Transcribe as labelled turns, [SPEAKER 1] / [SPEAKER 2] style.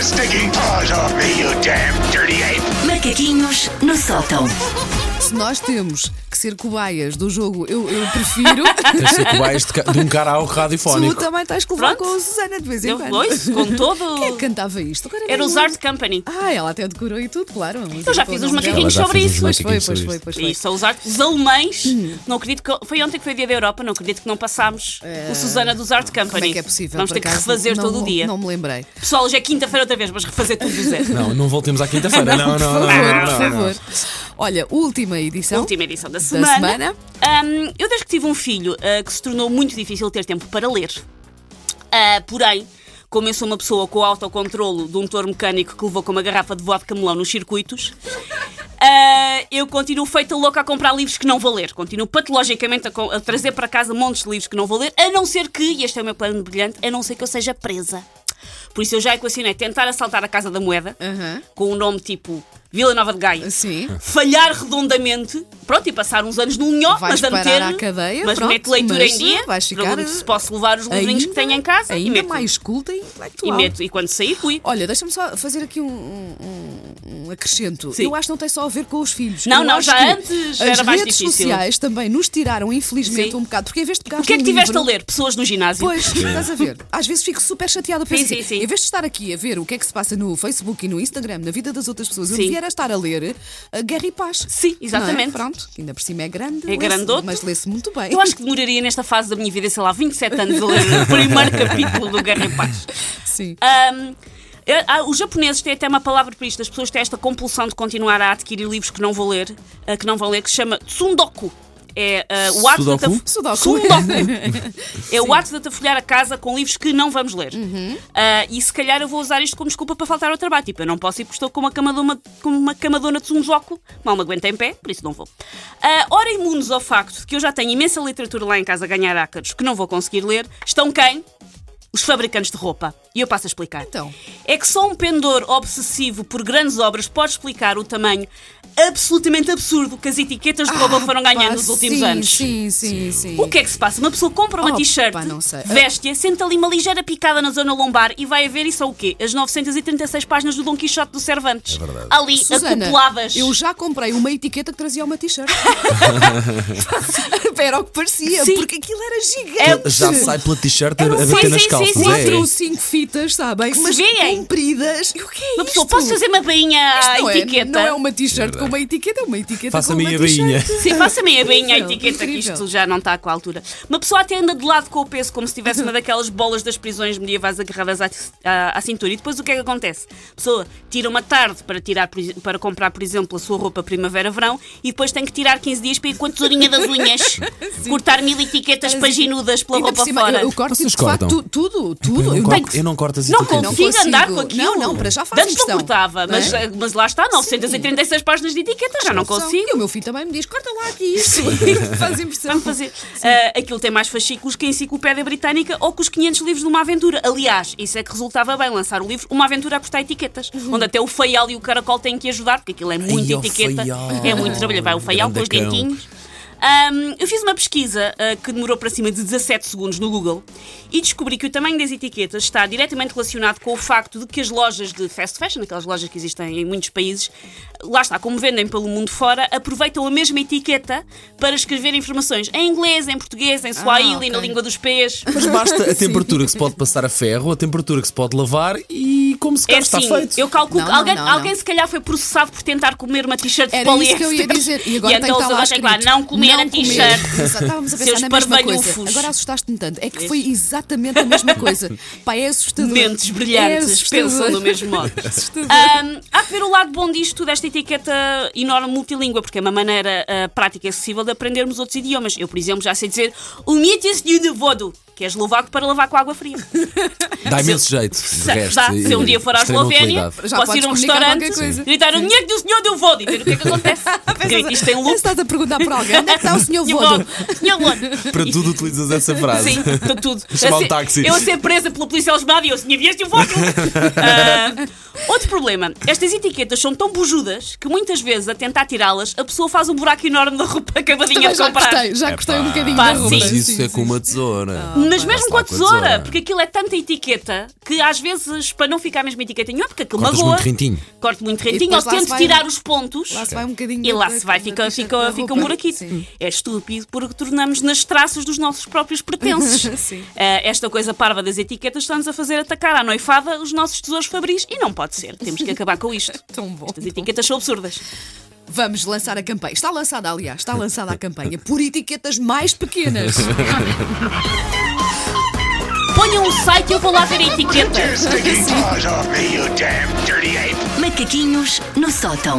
[SPEAKER 1] stinking paws off me, you damn dirty ape!
[SPEAKER 2] Macaquinhos no sótão.
[SPEAKER 3] Se nós temos que ser cobaias do jogo Eu, eu Prefiro,
[SPEAKER 4] Tens de ser cobaias de, ca- de um karaoke
[SPEAKER 3] tu
[SPEAKER 4] radiofónico.
[SPEAKER 3] também estás que levar
[SPEAKER 5] Pronto.
[SPEAKER 3] com a Susana de vez em
[SPEAKER 5] Eu
[SPEAKER 3] quando.
[SPEAKER 5] pois, com todo.
[SPEAKER 3] Quem é que cantava isto? Agora
[SPEAKER 5] Era
[SPEAKER 3] nem
[SPEAKER 5] os
[SPEAKER 3] lembro.
[SPEAKER 5] Art Company.
[SPEAKER 3] Ah, ela até decorou e tudo, claro.
[SPEAKER 5] Eu já
[SPEAKER 3] é
[SPEAKER 5] fiz uns macaquinhos
[SPEAKER 4] Ela já
[SPEAKER 5] sobre
[SPEAKER 4] fez uns
[SPEAKER 5] isso.
[SPEAKER 3] Pois foi,
[SPEAKER 4] macaquinhos
[SPEAKER 3] pois
[SPEAKER 4] sobre
[SPEAKER 3] foi,
[SPEAKER 4] isto.
[SPEAKER 3] pois foi.
[SPEAKER 5] E são os, art... os alemães. Não acredito que. Foi ontem que foi dia da Europa, não acredito que não passámos o Susana dos Art Company.
[SPEAKER 3] Eh, Como é que é possível?
[SPEAKER 5] Vamos
[SPEAKER 3] por
[SPEAKER 5] ter que
[SPEAKER 3] acaso?
[SPEAKER 5] refazer
[SPEAKER 3] Não-
[SPEAKER 5] todo o dia.
[SPEAKER 3] Não me lembrei.
[SPEAKER 5] Pessoal, hoje é quinta-feira outra vez, mas refazer tudo do zero.
[SPEAKER 4] Não, não voltemos à quinta-feira. Não, não,
[SPEAKER 3] Por
[SPEAKER 4] não.
[SPEAKER 3] favor,
[SPEAKER 4] não,
[SPEAKER 3] por
[SPEAKER 4] não, não.
[SPEAKER 3] favor. Olha, última edição.
[SPEAKER 5] Última edição da semana.
[SPEAKER 3] semana.
[SPEAKER 5] Ahm, eu desde que tive um filho ah, que se tornou muito difícil ter tempo para ler. Ah, porém, como eu sou uma pessoa com o autocontrolo de um touro mecânico que levou com uma garrafa de vodka melão nos circuitos, ah, eu continuo feita louca a comprar livros que não vou ler. Continuo patologicamente a, co- a trazer para casa montes de livros que não vou ler, a não ser que, e este é o meu plano brilhante, a não ser que eu seja presa. Por isso eu já equacionei tentar assaltar a Casa da Moeda
[SPEAKER 3] Aham.
[SPEAKER 5] com um nome tipo Vila Nova de Gaia
[SPEAKER 3] Sim.
[SPEAKER 4] Ah.
[SPEAKER 5] falhar redondamente, pronto, e passar uns anos num nhó,
[SPEAKER 3] Vais
[SPEAKER 5] mas a
[SPEAKER 3] parar
[SPEAKER 5] meter,
[SPEAKER 3] à cadeia,
[SPEAKER 5] mas
[SPEAKER 3] pronto,
[SPEAKER 5] meto leitura
[SPEAKER 3] mas,
[SPEAKER 5] em dia,
[SPEAKER 3] vais ficar,
[SPEAKER 5] pergunto se posso levar os livrinhos que tenho em casa
[SPEAKER 3] ainda
[SPEAKER 5] e meto,
[SPEAKER 3] mais culta e
[SPEAKER 5] e,
[SPEAKER 3] intelectual.
[SPEAKER 5] meto, e quando sair fui.
[SPEAKER 3] Olha, deixa-me só fazer aqui um, um- um acrescento.
[SPEAKER 5] Sim.
[SPEAKER 3] Eu acho que não tem só a ver com os filhos.
[SPEAKER 5] Não,
[SPEAKER 3] Eu
[SPEAKER 5] não,
[SPEAKER 3] acho
[SPEAKER 5] já
[SPEAKER 3] que
[SPEAKER 5] antes
[SPEAKER 3] As
[SPEAKER 5] já era mais
[SPEAKER 3] redes
[SPEAKER 5] difícil.
[SPEAKER 3] sociais também nos tiraram, infelizmente,
[SPEAKER 5] Sim.
[SPEAKER 3] um bocado. Porque em vez de pegar
[SPEAKER 5] O que é que tiveste a ler? Pessoas no ginásio.
[SPEAKER 3] Pois, estás a ver. Às vezes fico super chateada por
[SPEAKER 5] Sim,
[SPEAKER 3] isso.
[SPEAKER 5] sim, sim.
[SPEAKER 3] Em vez de estar aqui a ver o que é que se passa no Facebook e no Instagram, na vida das outras pessoas, eu
[SPEAKER 5] Sim.
[SPEAKER 3] devia era estar a ler a Guerra e Paz.
[SPEAKER 5] Sim, exatamente.
[SPEAKER 3] Não é? Pronto, ainda por cima é grande. lê-se,
[SPEAKER 5] grandote.
[SPEAKER 3] Mas lê-se muito bem.
[SPEAKER 5] Eu acho que demoraria nesta fase da minha vida, sei lá, 27 anos a ler o primeiro capítulo do Guerra e Paz.
[SPEAKER 3] Sim.
[SPEAKER 5] Ahm, eu- ah, os japoneses têm até uma palavra para isto. As pessoas têm esta compulsão de continuar a adquirir livros que não vão ler, ah, que não vão ler, que se chama tsundoku. É ah, o ato
[SPEAKER 4] Sudoku?
[SPEAKER 5] de ataf-
[SPEAKER 3] Sudoku.
[SPEAKER 5] Sundoku. é o ato de atafolhar a casa com livros que não vamos ler.
[SPEAKER 3] Uhum.
[SPEAKER 5] Ah, e se calhar eu vou usar isto como desculpa para faltar ao trabalho. Tipo, eu não posso ir porque estou com uma camadona, com uma camadona de sundoku. Mal me aguento em pé, por isso não vou. Ah, ora, imunos ao facto de que eu já tenho imensa literatura lá em casa a ganhar ácaros que não vou conseguir ler, estão quem? Os fabricantes de roupa. E eu passo a explicar.
[SPEAKER 3] Então.
[SPEAKER 5] É que só um pendor obsessivo por grandes obras pode explicar o tamanho absolutamente absurdo que as etiquetas de roupa foram ganhando
[SPEAKER 3] Ah, Pá,
[SPEAKER 5] nos últimos
[SPEAKER 3] sim,
[SPEAKER 5] anos.
[SPEAKER 3] Sim, sim, sim.
[SPEAKER 5] O que é que se passa? Uma pessoa compra uma
[SPEAKER 3] Oh,
[SPEAKER 5] t-shirt,
[SPEAKER 3] pá, não sei.
[SPEAKER 5] veste-a, sente ali uma ligeira picada na zona lombar e vai a ver isso é o quê? As 936 páginas do Dom Quixote do Cervantes. Ali,
[SPEAKER 3] Susana,
[SPEAKER 5] acopladas.
[SPEAKER 3] eu já comprei uma etiqueta que trazia uma t-shirt. Era o que parecia,
[SPEAKER 5] Sim.
[SPEAKER 3] porque aquilo era
[SPEAKER 5] É
[SPEAKER 3] gigante.
[SPEAKER 4] Ele Já sai pela t-shirt a,
[SPEAKER 5] Era um
[SPEAKER 4] a
[SPEAKER 5] sim,
[SPEAKER 4] bater nas
[SPEAKER 5] sim,
[SPEAKER 4] calças.
[SPEAKER 5] sim,
[SPEAKER 4] é.
[SPEAKER 3] Quatro ou cinco fitas, sabem?
[SPEAKER 5] se
[SPEAKER 3] Mas
[SPEAKER 5] veem.
[SPEAKER 3] compridas. E o que é
[SPEAKER 5] Uma pessoa,
[SPEAKER 3] isto?
[SPEAKER 5] posso fazer uma bainha à
[SPEAKER 3] não
[SPEAKER 5] etiqueta?
[SPEAKER 3] É, não é uma t-shirt com uma etiqueta, é uma etiqueta
[SPEAKER 4] Faça-me
[SPEAKER 3] com uma
[SPEAKER 4] a bainha.
[SPEAKER 3] t-shirt.
[SPEAKER 5] Sim, faça-me bem a
[SPEAKER 3] Incrível,
[SPEAKER 5] etiqueta que
[SPEAKER 3] incrível.
[SPEAKER 5] isto já não está com a altura. Uma pessoa até anda de lado com o peso, como se tivesse uma daquelas bolas das prisões medievais agarradas à, à- à cintura. E depois o que é que acontece? A pessoa tira uma tarde para, tirar, por ex- para comprar, por exemplo, a sua roupa primavera-verão e depois tem que tirar 15 dias para ir com a tesourinha das unhas, cortar mil etiquetas paginudas pela
[SPEAKER 3] Ainda por
[SPEAKER 5] roupa
[SPEAKER 3] cima,
[SPEAKER 5] fora.
[SPEAKER 3] eu, eu corto
[SPEAKER 4] Vocês
[SPEAKER 3] de facto
[SPEAKER 4] cortam?
[SPEAKER 3] tu- tudo, tudo.
[SPEAKER 4] Eu não,
[SPEAKER 3] tenho
[SPEAKER 4] corto, eu não corto as
[SPEAKER 5] Não
[SPEAKER 4] etiquetas.
[SPEAKER 5] consigo,
[SPEAKER 3] consigo.
[SPEAKER 5] andar com aquilo.
[SPEAKER 3] Não, não, para já faz
[SPEAKER 5] Antes não
[SPEAKER 3] questão,
[SPEAKER 5] cortava,
[SPEAKER 3] não é?
[SPEAKER 5] mas, mas lá está, 936 páginas de etiqueta, já não
[SPEAKER 3] noção.
[SPEAKER 5] consigo.
[SPEAKER 3] E o meu filho também me diz: corta lá aqui isto. Faz impressão.
[SPEAKER 5] Vamos fazer. Ah, aquilo tem mais fascículos que a Enciclopédia Britânica ou que os 500 livros de uma aventura. Aliás, isso é que resultava bem lançar o livro Uma Aventura a Postar Etiquetas, onde até o feial e o caracol têm que ajudar, porque aquilo é muita
[SPEAKER 4] Uhum. o
[SPEAKER 5] etiqueta,
[SPEAKER 4] feial.
[SPEAKER 5] é muito trabalho. Vai o feial com os
[SPEAKER 4] Grande cão.
[SPEAKER 5] dentinhos. Ahm, eu fiz uma pesquisa ah, que demorou para cima de 17 segundos no Google e descobri que o tamanho das etiquetas está diretamente relacionado com o facto de que as lojas de fast fashion, aquelas lojas que existem em muitos países, lá está, como vendem pelo mundo fora, aproveitam a mesma etiqueta para escrever informações em inglês, em português, em swahili,
[SPEAKER 3] Ah, ok.
[SPEAKER 5] na língua dos pés.
[SPEAKER 4] Mas basta a temperatura que se pode passar a ferro, a temperatura que se pode lavar e como se cá
[SPEAKER 5] É
[SPEAKER 4] está
[SPEAKER 5] assim,
[SPEAKER 4] feito.
[SPEAKER 5] eu calculo
[SPEAKER 3] Então Não,
[SPEAKER 5] que
[SPEAKER 3] não,
[SPEAKER 5] alguém,
[SPEAKER 3] não,
[SPEAKER 5] alguém
[SPEAKER 3] não.
[SPEAKER 5] se calhar foi processado por tentar comer uma t-shirt de
[SPEAKER 3] Era isso que eu ia
[SPEAKER 5] poliéster.
[SPEAKER 3] dizer. E agora tem
[SPEAKER 5] então
[SPEAKER 3] que estar
[SPEAKER 5] eles
[SPEAKER 3] lá
[SPEAKER 5] agora têm que lá,
[SPEAKER 3] escrito.
[SPEAKER 5] não comer a
[SPEAKER 3] comer.
[SPEAKER 5] t-shirt.
[SPEAKER 3] Exato, Estávamos a pensar
[SPEAKER 5] Seus
[SPEAKER 3] na mesma
[SPEAKER 5] parvalhufos.
[SPEAKER 3] coisa. Agora assustaste-me tanto. É que foi exatamente a mesma coisa. Pá, é assustador.
[SPEAKER 5] mentes brilhantes
[SPEAKER 3] É
[SPEAKER 5] pensam do
[SPEAKER 3] assustador.
[SPEAKER 5] mesmo modo.
[SPEAKER 3] Assustador.
[SPEAKER 5] Ahm, há que ver o lado bom disto, desta etiqueta enorme multilíngua, porque é uma maneira ah, prática e acessível de aprendermos outros idiomas. Eu, por exemplo, já sei dizer o mitis de vodo, que é eslovaco para lavar com água fria.
[SPEAKER 4] Dá imenso jeito.
[SPEAKER 5] Se,
[SPEAKER 4] De resto,
[SPEAKER 5] dá,
[SPEAKER 4] e-
[SPEAKER 5] se eu um dia for à
[SPEAKER 4] extrema
[SPEAKER 5] Eslovénia,
[SPEAKER 4] utilidade.
[SPEAKER 3] Já
[SPEAKER 5] posso
[SPEAKER 3] podes
[SPEAKER 5] ir a um
[SPEAKER 3] comunicar
[SPEAKER 5] restaurante,
[SPEAKER 3] qualquer coisa.
[SPEAKER 5] gritar o dinheiro do senhor de vodo e ver o que é que acontece. Grito isto em
[SPEAKER 3] Pensa-
[SPEAKER 5] loop.
[SPEAKER 3] Estás a perguntar para alguém onde é que está o senhor
[SPEAKER 5] Senhor
[SPEAKER 3] Vodo?
[SPEAKER 5] Vodo, senhor Vodo.
[SPEAKER 4] Para tudo utilizas essa frase.
[SPEAKER 5] Sim, para tudo.
[SPEAKER 4] Chamar
[SPEAKER 5] A
[SPEAKER 4] um
[SPEAKER 5] ser-
[SPEAKER 4] táxi.
[SPEAKER 5] Eu a ser presa pela polícia algemada e eu assim, vieste um voto. Ah, outro problema. Estas etiquetas são tão bujudas que muitas vezes, a tentar tirá-las, a pessoa faz um buraco enorme na roupa acabadinha
[SPEAKER 3] Também
[SPEAKER 5] de
[SPEAKER 3] já
[SPEAKER 5] comprar.
[SPEAKER 3] gostei, já gostei um bocadinho
[SPEAKER 5] Pá,
[SPEAKER 3] da
[SPEAKER 5] sim.
[SPEAKER 3] roupa.
[SPEAKER 4] Mas isso
[SPEAKER 3] Sim,
[SPEAKER 4] é
[SPEAKER 3] sim.
[SPEAKER 4] com uma tesoura.
[SPEAKER 5] Mas
[SPEAKER 4] Lá
[SPEAKER 5] mesmo
[SPEAKER 4] está
[SPEAKER 5] com a tesoura,
[SPEAKER 4] tesoura.
[SPEAKER 5] porque aquilo é tanta etiqueta que às vezes, para não ficar mesmo etiqueta nenhuma, porque aquilo
[SPEAKER 6] Cortas
[SPEAKER 5] magoa,
[SPEAKER 6] muito rentinho.
[SPEAKER 5] corto muito
[SPEAKER 3] E
[SPEAKER 5] rentinho, ou
[SPEAKER 3] depois lá se
[SPEAKER 5] tento
[SPEAKER 3] vai-
[SPEAKER 5] tirar os pontos
[SPEAKER 3] Lá se vai um bocadinho.
[SPEAKER 5] e lá
[SPEAKER 3] da-
[SPEAKER 5] se vai,
[SPEAKER 3] da
[SPEAKER 5] fica,
[SPEAKER 3] t-shirt
[SPEAKER 5] fica,
[SPEAKER 3] da
[SPEAKER 5] fica um
[SPEAKER 3] roupa.
[SPEAKER 5] buraquito.
[SPEAKER 3] Sim.
[SPEAKER 5] É estúpido porque tornamos nas traças dos nossos próprios pertences.
[SPEAKER 3] Sim.
[SPEAKER 5] Eh, esta coisa parva das etiquetas está-nos a fazer atacar à noivada os nossos tesouros fabris e não pode ser. Temos que acabar com isto.
[SPEAKER 3] Tão bom.
[SPEAKER 5] Estas etiquetas são absurdas.
[SPEAKER 3] Vamos lançar a campanha. Está lançada, aliás, está lançada a campanha por etiquetas mais pequenas.
[SPEAKER 5] Ponham um site e eu vou lá ver a etiqueta.
[SPEAKER 1] Your stinking paws off me, you damn dirty ape!
[SPEAKER 2] Macaquinhos no sótão.